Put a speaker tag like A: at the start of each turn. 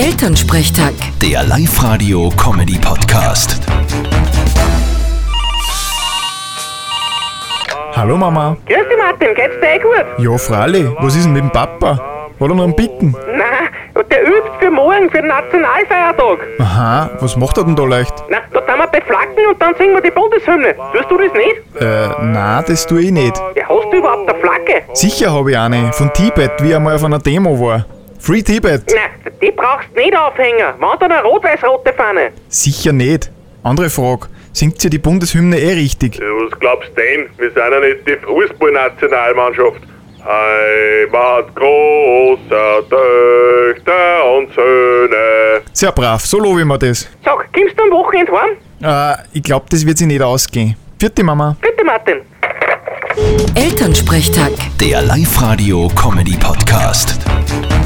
A: Elternsprechtag.
B: Der Live-Radio-Comedy-Podcast.
C: Hallo Mama.
D: Grüß dich, Martin. Geht's dir eh gut?
C: Ja, Frali, was ist denn mit dem Papa? Hat er noch einen Picken?
D: Nein, der übt für morgen, für den Nationalfeiertag.
C: Aha, was macht er denn da leicht?
D: Na, da sind wir bei Flaggen und dann singen wir die Bundeshymne. Tust du das nicht?
C: Äh, na, das tue ich nicht.
D: Ja, hast du überhaupt eine Flagge?
C: Sicher habe ich eine, von Tibet, wie er mal auf einer Demo war. Free Tibet?
D: Na, die brauchst du nicht aufhängen. Wann dann eine rot-weiß-rote Fahne?
C: Sicher nicht. Andere Frage, singt sie die Bundeshymne eh richtig?
E: Ja, Äh, was glaubst du denn? Wir sind ja nicht die Fußballnationalmannschaft. Äh, Heimat großer Töchter und Söhne.
C: Sehr brav, so lobe ich mir das.
D: Sag, kommst du am Wochenende heim?
C: Äh, ich glaube, das wird sie nicht ausgehen. Vierte Mama.
D: Bitte, Martin.
A: Elternsprechtag.
B: Der Live-Radio-Comedy-Podcast.